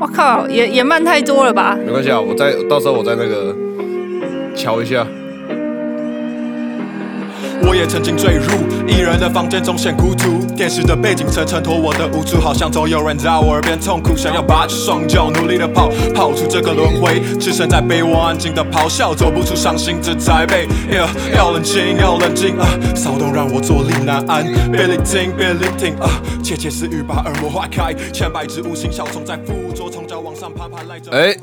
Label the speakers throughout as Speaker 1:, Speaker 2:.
Speaker 1: 我靠，也也慢太多了吧？
Speaker 2: 没关系啊，我再到时候我再那个瞧一下。
Speaker 3: 我也曾经坠入一人的房间中显孤独，电视的背景层衬托我的无助，好像总有人在我耳边痛哭，想要拔起双脚，努力的跑，跑出这个轮回，置身在被窝安静的咆哮，走不出伤心之宅被。Yeah，要冷静，要冷静啊，骚动让我坐立难安，别聆听，别聆听啊，窃窃私语把耳膜划开，千百只无形小虫在附着，从脚往上爬，爬赖着。
Speaker 2: 哎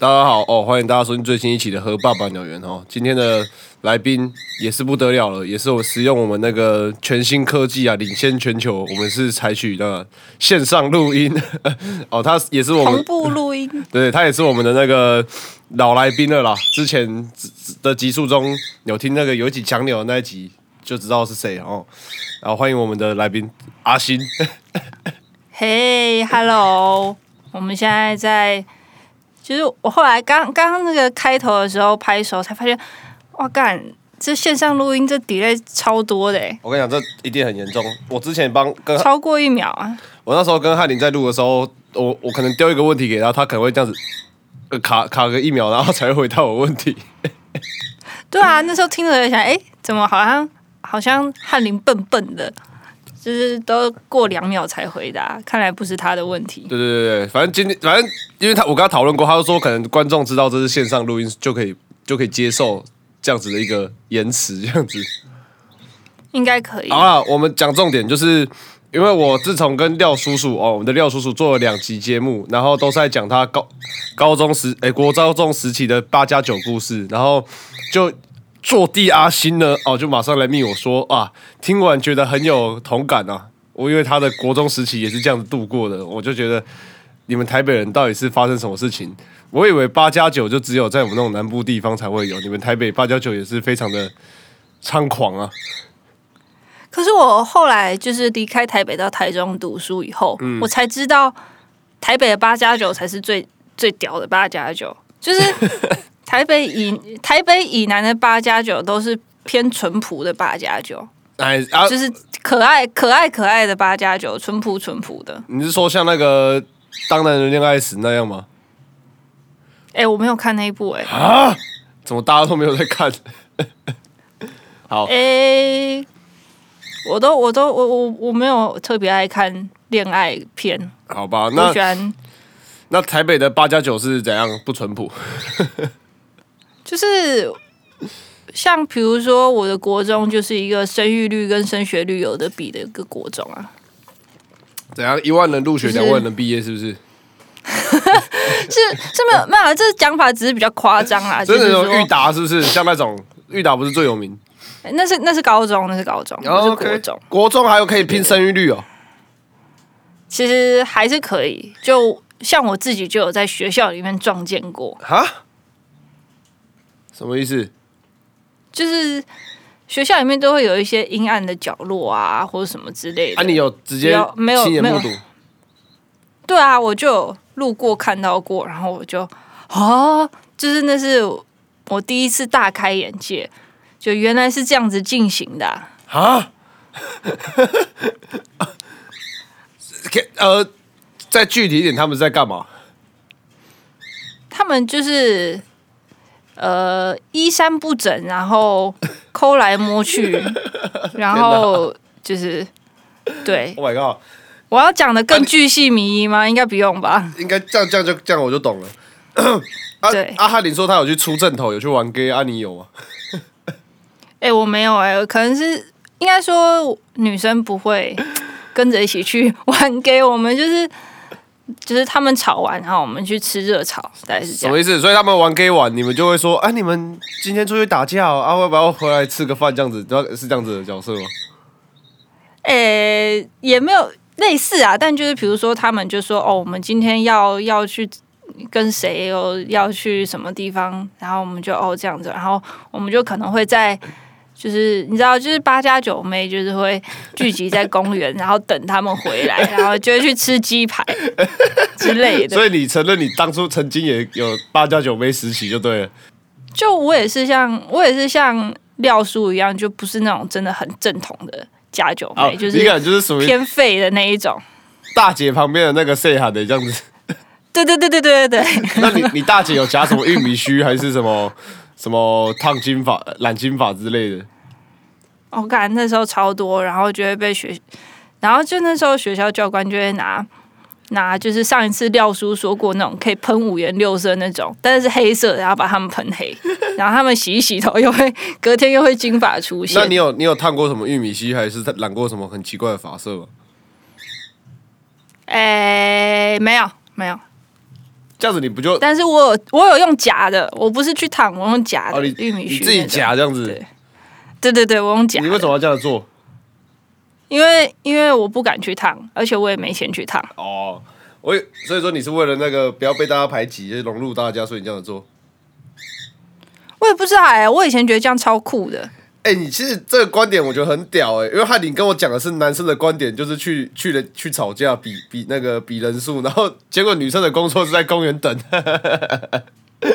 Speaker 2: 大家好哦，欢迎大家收听最新一期的《和爸爸鸟园》哦。今天的来宾也是不得了了，也是我使用我们那个全新科技啊，领先全球。我们是采取那个线上录音 哦，他也是我
Speaker 1: 同
Speaker 2: 们
Speaker 1: 步录音，
Speaker 2: 对，他也是我们的那个老来宾了啦。之前的集数中有听那个有一集强扭的那一集，就知道是谁哦。然后欢迎我们的来宾阿星，
Speaker 1: 嘿、h e l l o 我们现在在，就是我后来刚刚刚那个开头的时候拍手，才发现，哇干，这线上录音这 delay 超多的、欸，
Speaker 2: 我跟你讲，这一定很严重。我之前帮跟
Speaker 1: 超过一秒啊！
Speaker 2: 我那时候跟翰林在录的时候，我我可能丢一个问题给他，他可能会这样子，呃、卡卡个一秒，然后才会回答我问题。
Speaker 1: 对啊，那时候听了就想，哎、怎么好像好像翰林笨笨的，就是都过两秒才回答，看来不是他的问题。
Speaker 2: 对对对对，反正今天反正因为他我跟他讨论过，他就说可能观众知道这是线上录音就可以就可以接受这样子的一个延迟这样子。
Speaker 1: 应该可以。
Speaker 2: 好了，我们讲重点，就是因为我自从跟廖叔叔哦，我们的廖叔叔做了两集节目，然后都是在讲他高高中时诶、国高中时期的八加九故事，然后就坐地阿星呢哦，就马上来密我说啊，听完觉得很有同感啊，我因为他的国中时期也是这样子度过的，我就觉得你们台北人到底是发生什么事情？我以为八加九就只有在我们那种南部地方才会有，你们台北八加九也是非常的猖狂啊。
Speaker 1: 可是我后来就是离开台北到台中读书以后，
Speaker 2: 嗯
Speaker 1: 我才知道台北的八加九才是最最屌的八加九，就是 台北以台北以南的八加九都是偏淳朴的八加九，
Speaker 2: 哎啊，
Speaker 1: 就是可爱可爱可爱的八加九，淳朴淳朴的。
Speaker 2: 你是说像那个《当男人恋爱时》那样吗？
Speaker 1: 哎、我没有看那一部哎、
Speaker 2: 啊？怎么大家都没有在看？ 好，
Speaker 1: 哎诶、我都我都我我我没有特别爱看恋爱片，
Speaker 2: 好吧，
Speaker 1: 我
Speaker 2: 那
Speaker 1: 喜欢
Speaker 2: 那台北的八加九是怎样不淳朴？
Speaker 1: 就是像比如说我的国中就是一个生育率跟升学率有的比的一个国中啊，
Speaker 2: 怎样一万人入学，
Speaker 1: 就是
Speaker 2: 两万人毕业，是不是？
Speaker 1: 是是没有没有啊，这讲法只是比较夸张啊，就
Speaker 2: 真的
Speaker 1: 是
Speaker 2: 有
Speaker 1: 说
Speaker 2: 裕达，是不是？像那种裕达不是最有名？
Speaker 1: 哎那是那是高中，那是高中，那
Speaker 2: 哦
Speaker 1: 是国中，
Speaker 2: 国中还有可以拼生育率哦。
Speaker 1: 其实还是可以，就像我自己就有在学校里面撞见过，
Speaker 2: 哈？什么意思？
Speaker 1: 就是学校里面都会有一些阴暗的角落啊，或者什么之类的。
Speaker 2: 啊，你有直接
Speaker 1: 有没有
Speaker 2: 亲眼
Speaker 1: 没
Speaker 2: 目
Speaker 1: 有
Speaker 2: 睹？
Speaker 1: 对啊，我就有路过看到过，然后我就哦，就是那是我第一次大开眼界，就原来是这样子进行的啊、
Speaker 2: 啊？可呃，再具体一点，他们是在干嘛？
Speaker 1: 他们就是呃衣衫不整，然后抠来摸去，然后就是对
Speaker 2: Oh my god！
Speaker 1: 我要讲的更巨细靡遗吗？应该不用吧？
Speaker 2: 应该这样这样就这样我就懂了。阿
Speaker 1: 对
Speaker 2: 阿汉林说他有去出正头，有去玩 gay，阿、你有吗？
Speaker 1: 哎、我没有哎、可能是应该说女生不会跟着一起去 玩给我们就是就是他们吵完，然后我们去吃热炒，大概是这
Speaker 2: 什么
Speaker 1: 样。
Speaker 2: 意思？所以他们玩 gay 玩，你们就会说，啊，你们今天出去打架、哦，啊，要不要回来吃个饭？这样子，是这样子的角色吗？
Speaker 1: 哎、也没有类似啊，但就是比如说他们就说哦，我们今天要要去。跟谁哦，要去什么地方，然后我们就哦这样子，然后我们就可能会在，就是你知道，就是八家九妹就是会聚集在公 园，然后等他们回来，然后就会去吃鸡排之类的。
Speaker 2: 所以你承认你当初曾经也有八加九妹时期就对了。
Speaker 1: 就我也是像我也是像廖叔一样，就不是那种真的很正统的家酒妹，就
Speaker 2: 啊哦你
Speaker 1: 是
Speaker 2: 感觉就是属于
Speaker 1: 偏废的那一种。
Speaker 2: 大姐旁边的那个 say 喊的这样子。
Speaker 1: 对对对对对对对对，
Speaker 2: 那你你大姐有夹什么玉米须还是什么 什么烫金发、染金发之类的？
Speaker 1: 我感哦那时候超多，然后就会被学，然后就那时候学校教官就会拿拿就是上一次廖叔说过那种可以喷五颜六色那种，但是是黑色的，然后把它们喷黑，然后他们洗一洗头又会隔天又会金发出现
Speaker 2: 那。你有你有烫过什么玉米须，还是染过什么很奇怪的发色吗？
Speaker 1: 哎、没有没有，
Speaker 2: 这样子你不就
Speaker 1: 但是我有我有用假的，我不是去烫，我用假的、
Speaker 2: 哦你
Speaker 1: 玉米
Speaker 2: 你
Speaker 1: 须，
Speaker 2: 自己夹。这样子
Speaker 1: 对？对对对，我用假的。
Speaker 2: 你为什么要这样做？
Speaker 1: 因为因为我不敢去烫，而且我也没钱去烫。
Speaker 2: 哦，我也所以说你是为了那个不要被大家排挤，就是融入大家，所以你这样子做。
Speaker 1: 我也不知道哎、我以前觉得这样超酷的。
Speaker 2: 哎、你其实这个观点我觉得很屌哎、因为汉林跟我讲的是男生的观点，就是去去了去吵架，比比那个比人数，然后结果女生的工作是在公园等。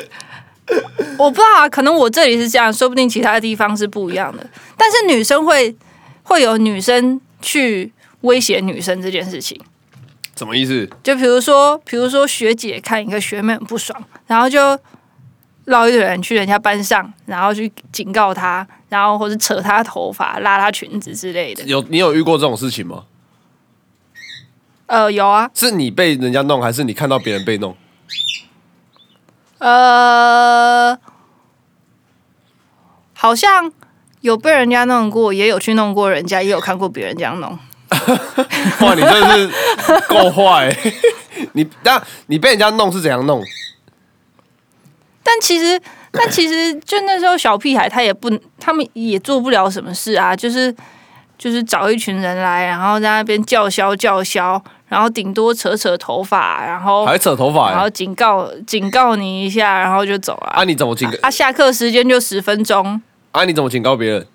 Speaker 1: 我不知道啊，可能我这里是这样，说不定其他地方是不一样的。但是女生会会有女生去威胁女生这件事情，
Speaker 2: 什么意思？
Speaker 1: 就比如说，比如说学姐看一个学妹很不爽，然后就绕一堆人去人家班上，然后去警告她，然后或者扯她头发、拉她裙子之类的。
Speaker 2: 有你有遇过这种事情吗？
Speaker 1: 呃，有啊，
Speaker 2: 是你被人家弄，还是你看到别人被弄？
Speaker 1: 呃，好像有被人家弄过，也有去弄过人家，也有看过别人这样弄。
Speaker 2: 哇，你真的是够坏、 欸！你那你被人家弄是怎样弄？
Speaker 1: 但其实， 但其实就那时候小屁孩他也不，他们也做不了什么事啊，就是就是找一群人来，然后在那边叫嚣叫嚣，然后顶多扯扯头发，然后
Speaker 2: 还扯头发、
Speaker 1: 然后
Speaker 2: 欸？
Speaker 1: 警告警告你一下，然后就走了。
Speaker 2: 啊，你怎么警告？
Speaker 1: 啊，下课时间就十分钟，
Speaker 2: 啊，你怎么警告别人？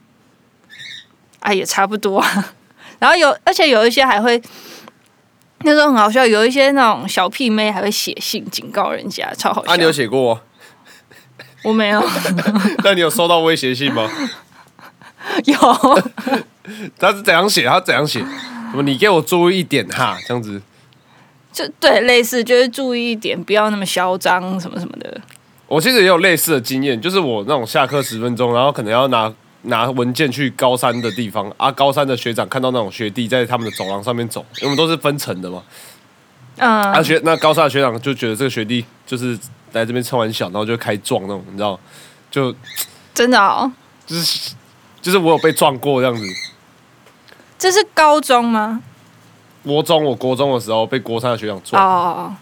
Speaker 1: 啊，也差不多啊。 然后有，而且有一些还会，那时候很好笑，有一些那种小屁妹还会写信警告人家，超好笑。
Speaker 2: 啊，你有写过、啊？
Speaker 1: 我没有，
Speaker 2: 那你有收到威胁信吗？
Speaker 1: 有
Speaker 2: 他是怎样写？他怎样写？什么？你给我注意一点哈，这样子。
Speaker 1: 就对，类似就是注意一点，不要那么嚣张什么什么的。
Speaker 2: 我其实也有类似的经验，就是我那种下课十分钟，然后可能要拿拿文件去高三的地方啊，高三的学长看到那种学弟在他们的走廊上面走，因为我们都是分层的嘛，
Speaker 1: 嗯、
Speaker 2: 啊学那高三的学长就觉得这个学弟就是来这边开玩笑，然后就开撞那种，你知道，就
Speaker 1: 真的哦，
Speaker 2: 就是就是我有被撞过这样子。
Speaker 1: 这是高中吗？
Speaker 2: 国中，我国中的时候被国三的学长
Speaker 1: 哦
Speaker 2: 撞，
Speaker 1: 哦，
Speaker 2: 啊，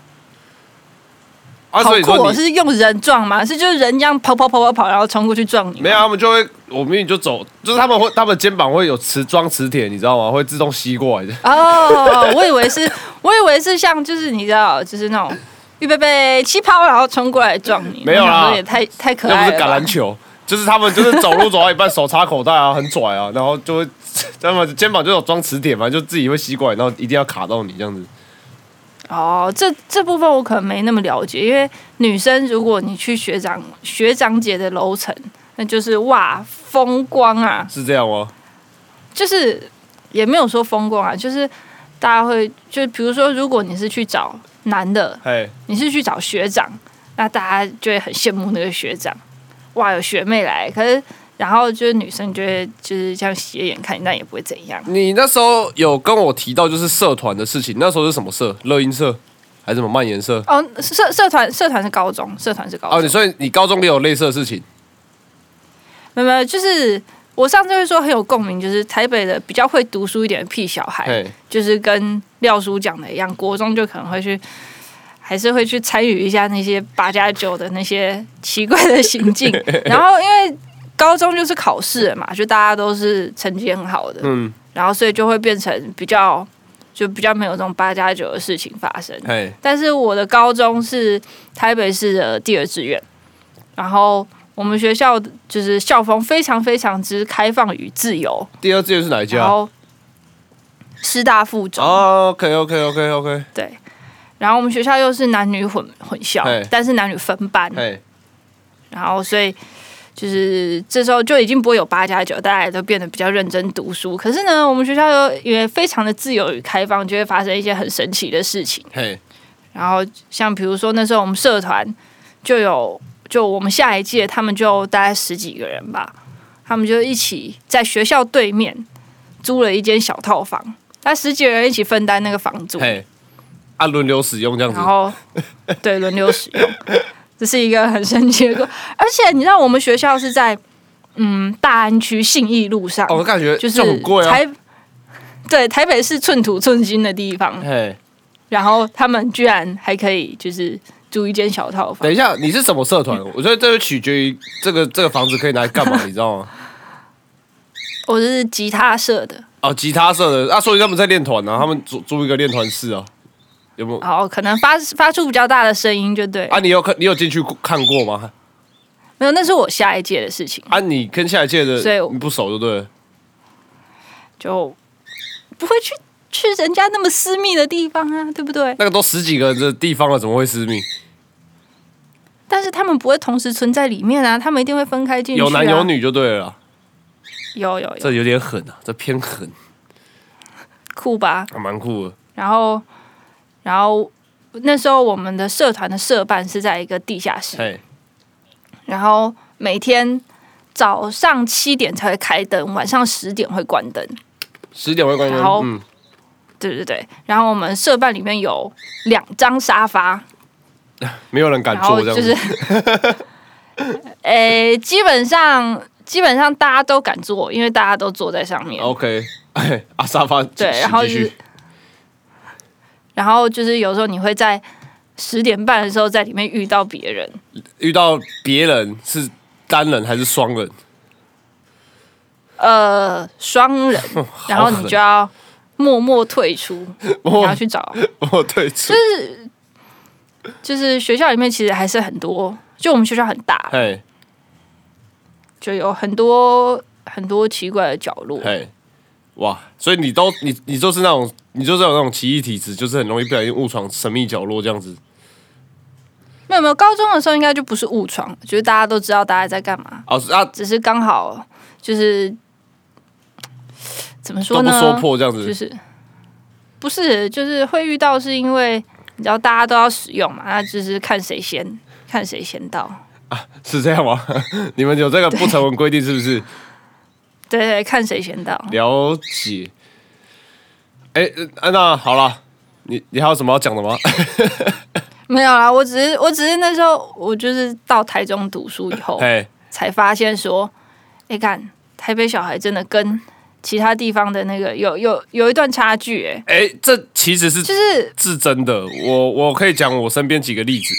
Speaker 1: 哦好
Speaker 2: 所以
Speaker 1: 酷、
Speaker 2: 说
Speaker 1: 哦！
Speaker 2: 你
Speaker 1: 是用人撞吗？是就是人这样跑跑跑跑跑，然后冲过去撞你？
Speaker 2: 没有，，他们就会，我明明就走，就是他们会，他们肩膀会有磁装磁铁，你知道吗？会自动吸过来的。
Speaker 1: 哦，我以为是，我以为是像就是你知道，就是那种预备备起跑，然后冲过来撞你。
Speaker 2: 没有
Speaker 1: 我
Speaker 2: 啦
Speaker 1: 想说也太太可
Speaker 2: 那
Speaker 1: 爱
Speaker 2: 不
Speaker 1: 了
Speaker 2: 是
Speaker 1: 吧。
Speaker 2: 橄榄球，就是他们就是走路走到一半，手插口袋啊，很拽啊，然后就会他们肩膀就有装磁铁嘛，就自己会吸过来，然后一定要卡到你这样子。
Speaker 1: 哦，这这部分我可能没那么了解，因为女生如果你去学长学长姐的楼层，那就是哇风光啊，
Speaker 2: 是这样吗？
Speaker 1: 就是也没有说风光啊，就是大家会就比如说，如果你是去找男的，
Speaker 2: 嘿，
Speaker 1: 你是去找学长，那大家就会很羡慕那个学长，哇有学妹来，可是然后就是女生就会就是这样斜眼看你，但也不会怎样。
Speaker 2: 你那时候有跟我提到就是社团的事情，那时候是什么社？乐音社还是什么蔓延社？
Speaker 1: 哦，社社团社团是高中，社团是高中。
Speaker 2: 哦，你所以你高中也有类似的事情，
Speaker 1: 没有没有，就是我上次会说很有共鸣，就是台北的比较会读书一点的屁小孩，
Speaker 2: 嘿，
Speaker 1: 就是跟廖叔讲的一样，国中就可能会去，还是会去参与一下那些八加九的那些奇怪的行径。然后因为高中就是考试了嘛，就大家都是成绩很好的，
Speaker 2: 嗯，
Speaker 1: 然后所以就会变成比较就比较没有这种八加九的事情发生。
Speaker 2: 嘿，
Speaker 1: 但是我的高中是台北市的第二志愿，然后我们学校就是校风非常非常之开放与自由，
Speaker 2: 第二志愿是哪一
Speaker 1: 然
Speaker 2: 家？
Speaker 1: 后师大附中、
Speaker 2: 哦，OK，OK，OK，OK，、
Speaker 1: 对，然后我们学校又是男女混混校
Speaker 2: 嘿，
Speaker 1: 但是男女分班，
Speaker 2: 嘿，
Speaker 1: 然后所以就是这时候就已经不会有八加九，大家也都变得比较认真读书。可是呢，我们学校又因为非常的自由与开放，就会发生一些很神奇的事情。
Speaker 2: 嘿，
Speaker 1: 然后像比如说那时候我们社团就有，就我们下一届他们就大概十几个人吧，他们就一起在学校对面租了一间小套房，那十几个人一起分担那个房租，
Speaker 2: 嘿，啊，轮流使用这样子
Speaker 1: 然，后对轮流使用，这是一个很神奇的过。而且你知道我们学校是在嗯大安区信义路上，
Speaker 2: 哦，我感觉
Speaker 1: 就
Speaker 2: 就是很贵啊，
Speaker 1: 台对台北是寸土寸金的地方，
Speaker 2: 嘿，
Speaker 1: 然后他们居然还可以就是租一间小套房
Speaker 2: 等。一下，你是什么社团？我觉得这就取决于这个这个房子可以拿来 干嘛，你知道吗？
Speaker 1: 我是吉他社的，
Speaker 2: 哦，吉他社的啊，所以他们在练团啊，他们租租一个练团室啊，有没有？
Speaker 1: 然后可能发发出比较大的声音就对了
Speaker 2: 啊，你有看你有进去看过吗？
Speaker 1: 没有，那是我下一届的事情，
Speaker 2: 啊，你跟下一届的
Speaker 1: 所以我
Speaker 2: 你不熟就对了。
Speaker 1: 就不会去去人家那么私密的地方啊，对不对？
Speaker 2: 那个都十几个人的地方了，怎么会私密？
Speaker 1: 但是他们不会同时存在里面啊，他们一定会分开进去、啊。
Speaker 2: 有男有，女就对了啦，
Speaker 1: 有有有
Speaker 2: 这有点狠啊，这偏狠，
Speaker 1: 酷吧？
Speaker 2: 还蛮酷的。
Speaker 1: 然后，然后那时候我们的社团的社办是在一个地下室，
Speaker 2: 嘿，
Speaker 1: 然后每天早上七点才会开灯，晚上十点会关灯。
Speaker 2: 十点会关门
Speaker 1: 然后，
Speaker 2: 嗯，
Speaker 1: 对对对，然后我们社办里面有两张沙发，
Speaker 2: 没有人敢
Speaker 1: 然后
Speaker 2: 坐这样
Speaker 1: 就
Speaker 2: 子
Speaker 1: 是， 诶、基本上基本上大家都敢坐，因为大家都坐在上面。
Speaker 2: OK，哎，啊，沙发
Speaker 1: 对，
Speaker 2: 请
Speaker 1: 然后就
Speaker 2: 继续
Speaker 1: 是，然后就是有时候你会在十点半的时候在里面遇到别人，
Speaker 2: 遇到别人是单人还是双人？
Speaker 1: 呃，双 人，然后
Speaker 2: 狠哦
Speaker 1: 你就要默默退出， 你要
Speaker 2: 我
Speaker 1: 去找，
Speaker 2: 我退出，
Speaker 1: 就是学校里面其实还是很多，就我们学校很大，
Speaker 2: 嘿，
Speaker 1: 就有很多很多奇怪的角落，
Speaker 2: 嘿，哇！所以你都你你就是那种你就是有那种奇异体质，就是很容易不小心误闯神秘角落这样子。
Speaker 1: 没有没有，高中的时候应该就不是误闯，就是大家都知道大家在干嘛，
Speaker 2: 哦是啊，
Speaker 1: 只是刚好就是怎么
Speaker 2: 都
Speaker 1: 说
Speaker 2: 不
Speaker 1: 呢？
Speaker 2: 说破这样
Speaker 1: 就
Speaker 2: 子。
Speaker 1: 是不是就是会遇到，是因为你知道大家都要使用嘛，那就是看谁先看谁先到。
Speaker 2: 是这样吗？ 你们有这个不成文规定是不是？
Speaker 1: 对对，看谁先到。
Speaker 2: 了解。哎、呃那好了，你你还有什么要讲的吗？
Speaker 1: 没有啦，我只是我只是那时候我就是到台中读书以 后，
Speaker 2: 哎，
Speaker 1: 才发现说，哎干，台北小孩真的跟其他地方的那个有有有一段差距、诶，
Speaker 2: 哎、这其实是
Speaker 1: 就是
Speaker 2: 是真的。我我可以讲我身边几个例子，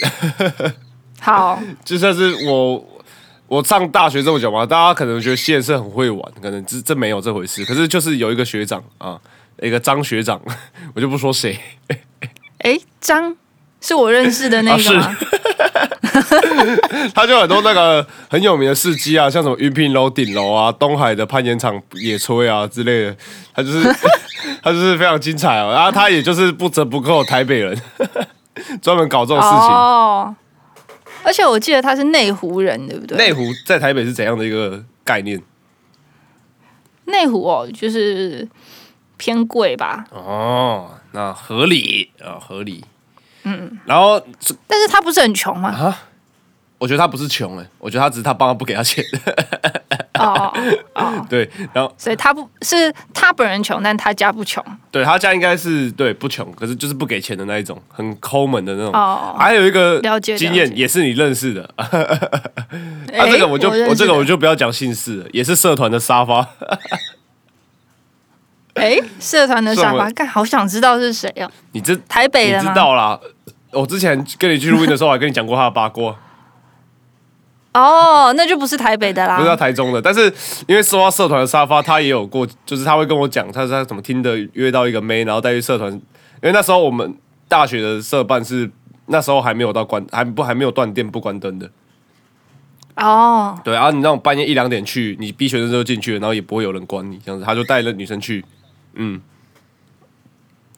Speaker 1: 好，
Speaker 2: 就算是我我上大学这么久嘛，大家可能觉得西人是很会玩，可能这这没有这回事。可是就是有一个学长啊，一个张学长， 我就不说谁，
Speaker 1: 哎张是我认识的那个吗？
Speaker 2: 啊他就很多那个很有名的事迹啊，像什么云品楼顶楼啊、东海的攀岩场野炊啊之类的，他就是 他就是非常精彩哦。然后他也就是不折不扣台北人， 专门搞这种事情。
Speaker 1: 哦，而且我记得他是内湖人，对不对？
Speaker 2: 内湖在台北是怎样的一个概念？
Speaker 1: 内湖哦，就是偏贵吧，
Speaker 2: 哦，那合理啊、合理。嗯，然后
Speaker 1: 但是他不是很穷
Speaker 2: 啊
Speaker 1: 嘛。
Speaker 2: 我觉得他不是穷哎、我觉得他只是他爸妈不给他钱，
Speaker 1: 哦哦，哦，
Speaker 2: 对，然后
Speaker 1: 所以他不是他本人穷，但他家不 穷。
Speaker 2: 对他家应该是对不穷，可是就是不给钱的那一种，很抠门的那种。
Speaker 1: 哦
Speaker 2: 还有一个
Speaker 1: 了解了解
Speaker 2: 经验也是你认识的，啊，
Speaker 1: 哎
Speaker 2: 这个我就我
Speaker 1: 认识
Speaker 2: 这
Speaker 1: 的
Speaker 2: 个我就不要讲姓氏了，也是社团的沙发，
Speaker 1: 哎，社团的沙
Speaker 2: 是我
Speaker 1: 发，
Speaker 2: 们
Speaker 1: 干好想知道是谁哦，
Speaker 2: 你这
Speaker 1: 台北
Speaker 2: 你
Speaker 1: 的
Speaker 2: 知
Speaker 1: 吗？
Speaker 2: 道啦。我之前跟你去录音的时候，我还跟你讲过他的八 卦，
Speaker 1: 哦，那就不是台北的
Speaker 2: 不是他
Speaker 1: 啦。
Speaker 2: 台中的，但是因为说到社团的沙发，他也有过，就是他会跟我讲，他他怎么听的约到一个妹，然后带去社团，因为那时候我们大学的社办是那时候还没有到关，还不还没有断电不关灯的，
Speaker 1: 哦，
Speaker 2: 对，然啊后你那种半夜一两点去，你逼学生就进去了，然后也不会有人管你这样子，他就带了女生去，嗯，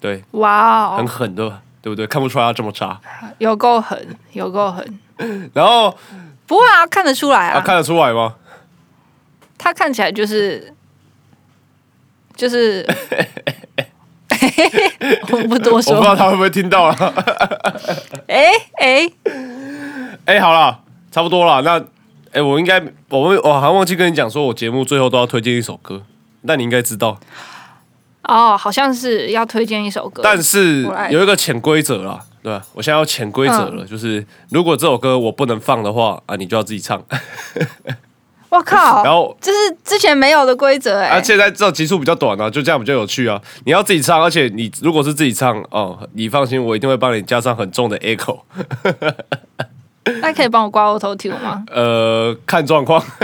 Speaker 2: 对，
Speaker 1: 哇
Speaker 2: 很
Speaker 1: 哦，
Speaker 2: 狠的吧，对不对？看不出来他这么渣，
Speaker 1: 有够狠，有够狠。
Speaker 2: 然后
Speaker 1: 不会啊，看得出来
Speaker 2: 啊，
Speaker 1: 啊，
Speaker 2: 看得出来吗？
Speaker 1: 他看 起来就是就是 我不多
Speaker 2: 我不知道
Speaker 1: 说。
Speaker 2: 他会不会听到啊了。
Speaker 1: 哎哎，
Speaker 2: 哎、好了，差不多了。那哎、我应该我们我好像忘记跟你讲，说我节目最后都要推荐一首歌，但你应该知道。
Speaker 1: 呃哦，好像是要推荐一首歌，
Speaker 2: 但是
Speaker 1: 我嗯来
Speaker 2: 有一个潜规则啦，对吧？我现在要潜规则了，就是如果这首歌我不能放的话啊，你就要自己唱。
Speaker 1: 我靠，
Speaker 2: 然后
Speaker 1: 这是之前没有的规则哎、
Speaker 2: 而且啊在这种集数比较短啊，就这样比较有趣啊。你要自己唱，而且你如果是自己唱哦，你放心，我一定会帮你加上很重的 echo。
Speaker 1: 那可以帮我刮 auto tune 吗？
Speaker 2: 呃，看状况，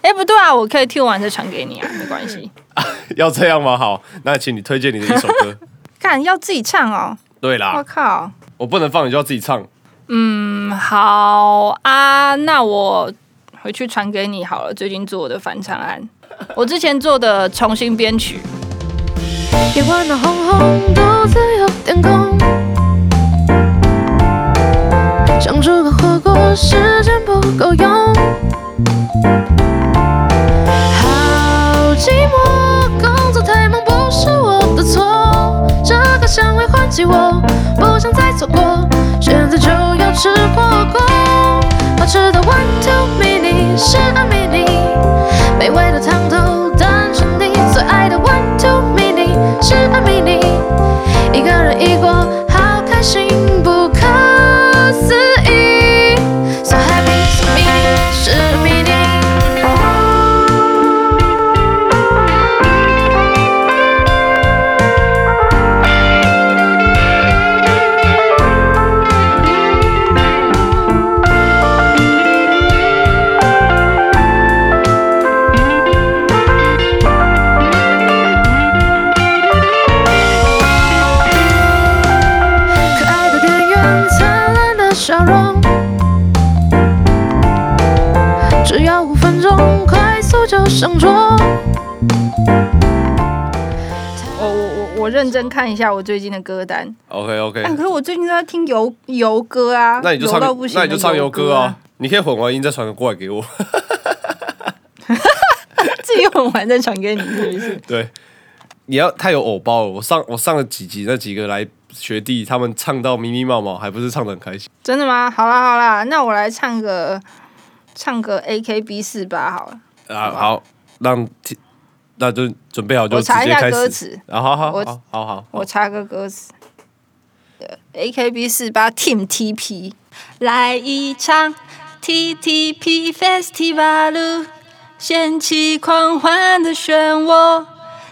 Speaker 1: 哎、不对啊，我可以 tune 完再传给你啊，没关系。
Speaker 2: 要这样吗？好，那请你推荐你的一首歌。
Speaker 1: 看要自己唱哦，
Speaker 2: 对
Speaker 1: 我
Speaker 2: 啦，
Speaker 1: 靠，
Speaker 2: 我不能放，你就要自己唱。
Speaker 1: 嗯，好啊，那我回去传给你好了。最近做的反常案，我之前做的重新编曲，
Speaker 4: 夜晚啊，空空都自由天空，想吃个火锅，时间不够用，好寂寞，工作太忙不是我的错，这个香味唤起我，不想再错过，现在就要吃火锅，好吃的 one two mini 是爱 mini。美味的汤头，但是你最爱的 One Two Mini 是爱迷你，一个人一锅，好开心，不可思议，So happy to me 是 mini。可爱的店员，灿烂的笑容。只要五分钟，快速就上桌。
Speaker 1: 哦我我我我认真看一下我最近的歌单。
Speaker 2: OK OK，
Speaker 1: 哎、可是我最近都在听游游歌啊，
Speaker 2: 那你就
Speaker 1: 游
Speaker 2: 唱
Speaker 1: 到不，行
Speaker 2: 那
Speaker 1: 的
Speaker 2: 你就唱
Speaker 1: 游
Speaker 2: 游歌
Speaker 1: 啊
Speaker 2: 啊，。你可以混完音再传过来给我。
Speaker 1: 自己混完再传给你，是不是？
Speaker 2: 对，你要太有偶包了。我上我上了几集那几个来学弟，他们唱到迷迷毛毛，还不是唱的很开心。
Speaker 1: 真的吗？好啦好啦，那我来唱个唱个 A K B 四八好了。
Speaker 2: 啊，好，让听，那就准备好就
Speaker 1: 我
Speaker 2: 直
Speaker 1: 查一
Speaker 2: 接
Speaker 1: 下
Speaker 2: 开
Speaker 1: 歌
Speaker 2: 始。
Speaker 1: 词，
Speaker 2: 啊，好好
Speaker 1: 我
Speaker 2: 好好好好，
Speaker 1: 我查个歌词。A K B 四八 Team T P，来一场 T T P Festival，掀起狂欢的漩涡，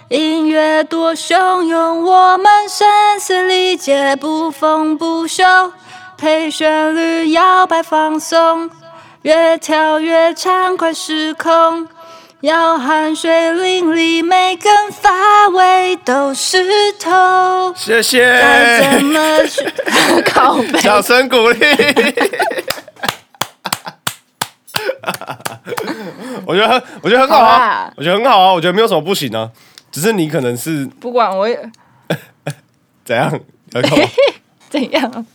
Speaker 1: 音乐多汹涌，我们声嘶力竭，不疯不休，配旋律摇摆放松，越跳越畅快失控。要汗水淋漓，每根发尾都是头。
Speaker 2: 谢
Speaker 1: 该怎
Speaker 2: 谢，
Speaker 1: 么去 靠背？
Speaker 2: 掌声鼓励。我觉得很，我觉得很好
Speaker 1: 好
Speaker 2: 啊
Speaker 1: 啦，
Speaker 2: 我觉得很好啊，我觉得没有什么不行啊，只是你可能是
Speaker 1: 不管我也
Speaker 2: 怎样，你要 干嘛
Speaker 1: 怎样，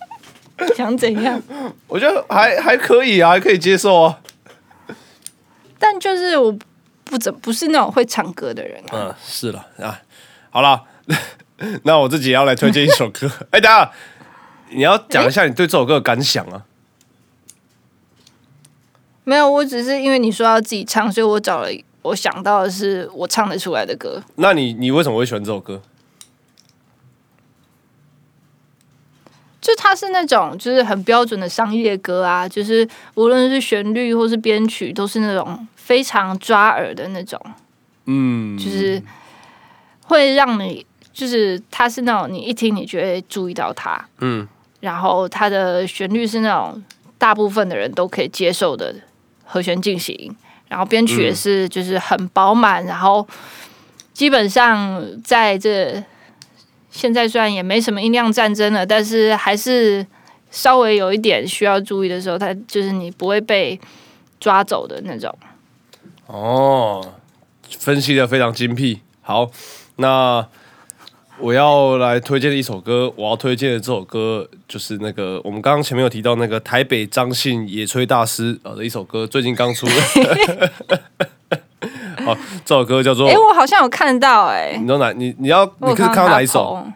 Speaker 1: 想怎样，
Speaker 2: 我觉得还还可以啊，还可以接受啊。
Speaker 1: 但就是我不怎不是那种会唱歌的人、啊。
Speaker 2: 嗯，是了啊，好了， 那我自己也要来推荐一首歌。 哎、等一下，你要讲一下你对这首歌的感想啊。
Speaker 1: 没有，我只是因为你说要自己唱，所以我找了我想到的是我唱得出来的歌。
Speaker 2: 那你你为什么会喜欢这首歌？
Speaker 1: 就它是那种就是很标准的商业歌啊，就是无论是旋律或是编曲，都是那种非常抓耳的那种，
Speaker 2: 嗯，
Speaker 1: 就是会让你就是它是那种你一听你就会注意到它，
Speaker 2: 嗯，
Speaker 1: 然后它的旋律是那种大部分的人都可以接受的和弦进行，然后编曲
Speaker 2: 嗯
Speaker 1: 也是就是很饱满，然后基本上在这现在虽然也没什么音量战争了，但是还是稍微有一点需要注意的时候，它就是你不会被抓走的那种。
Speaker 2: 哦，分析的非常精辟。好，那我要来推荐的一首歌，我要推荐的这首歌就是那个我们刚刚前面有提到那个台北 张信野炊大师呃的一首歌，最近刚出的。哦，这首歌叫做
Speaker 1: 哎、，我好像有看到哎、
Speaker 2: 你都哪？你你要
Speaker 1: 我
Speaker 2: 你
Speaker 1: 有
Speaker 2: 是看到
Speaker 1: 他
Speaker 2: 哪一首？
Speaker 1: post？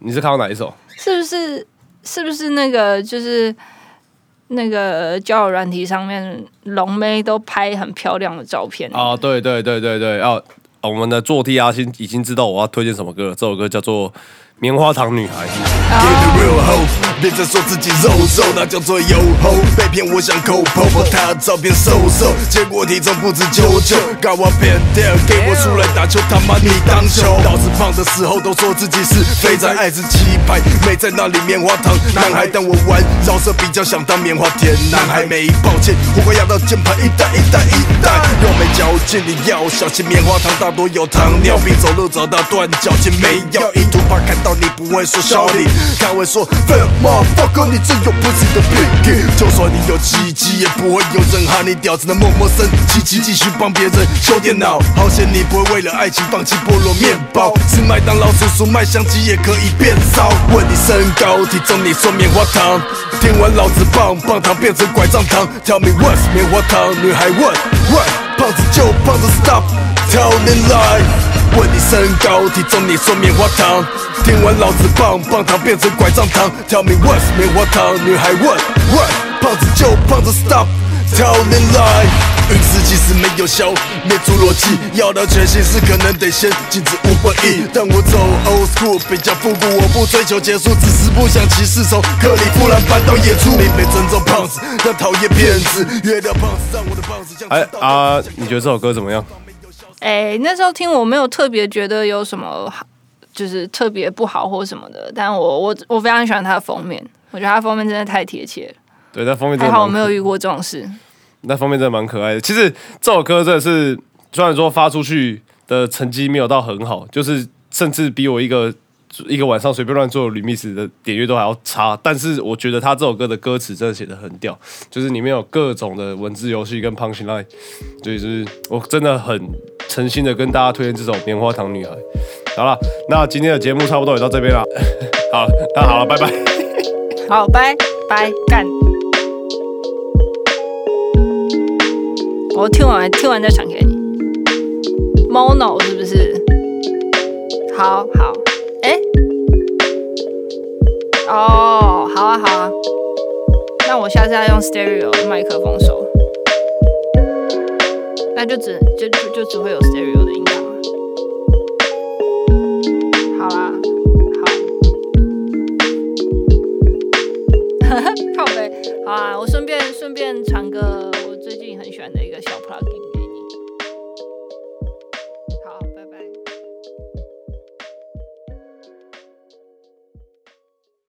Speaker 2: 你是看到哪一首？
Speaker 1: 是不是是不是那个就是那个交友软体上面龙妹都拍很漂亮的照片？
Speaker 2: 啊，对对对对对，啊，我们的坐地阿星已经知道我要推荐什么歌了，这首歌叫做《棉花糖女孩》。
Speaker 5: Get the real hoes，别再说自己肉瘦，那叫做油猴。被骗我想抠抠，把她照片瘦瘦，结果体重不止九九，搞我变调，给我出来打球，他妈你当球。老子胖的时候都说自己是肥宅，爱是鸡排，美在那里棉花糖男孩，但我玩饶舌比较想当棉花甜男孩。没抱歉，火锅压到键盘一代一代一代，又没嚼劲，你要小心棉花糖大多有糖尿病，走路走到断脚筋没药，一图怕看到你不会说笑你，他会说 fat motherfucker，你最有 pussy 的 piggy，就算你有鸡鸡，也不会有人喊你屌，只能默默生气气，继续帮别人修电脑。好险你不会为了爱情放弃菠萝面包，吃麦当劳叔叔麦香鸡也可以变骚。问你身高体重，你说棉花糖，听完老子棒棒糖变成拐杖糖，Tell me what's 棉花糖女孩 what what，胖子就胖子 stop，挑你来。问你身高体重，你说棉花糖。听完老子棒棒糖变成拐杖糖，Tell me what's 棉花糖？女孩问 what？胖子就胖子 stop，挑你来。运势其实没有消灭侏罗纪，要到全新是可能得先禁止五百亿。但我走 old school，比较复古，我不追求结束，只是不想歧视从克里夫兰搬到野猪。你没尊重胖子，但讨厌骗子，约掉胖子，让我的胖子像
Speaker 2: 哎
Speaker 5: 吃到
Speaker 2: 啊
Speaker 5: 胖子，
Speaker 2: 你觉得这首歌怎么样？
Speaker 1: 哎、那时候听我没有特别觉得有什么好，就是特别不好或什么的，但我我我非常喜欢它的封面，我觉得它封面真的太贴切了，
Speaker 2: 对，那封面真
Speaker 1: 还
Speaker 2: 的
Speaker 1: 好我
Speaker 2: 蛮
Speaker 1: 没有遇过这种事。
Speaker 2: 那方面真的蛮可爱的。其实这首歌真的是，虽然说发出去的成绩没有到很好，就是甚至比我一个一个晚上随便乱做 remix 的点阅都还要差，但是我觉得他这首歌的歌词真的写的很屌，就是里面有各种的文字游戏跟 punch line，所以就是我真的很诚心的跟大家推荐这首《棉花糖女孩》。好了，那今天的节目差不多也到这边了。 好，那好了，拜拜。
Speaker 1: 好，拜拜干。我听完听完再传给你。Mono 是不是？好好，哎、哦，好啊好啊，那我下次要用 stereo 的麦克风收，那就只就就就只会有 stereo 的音档啊。好啦，好。靠呗，好啊，我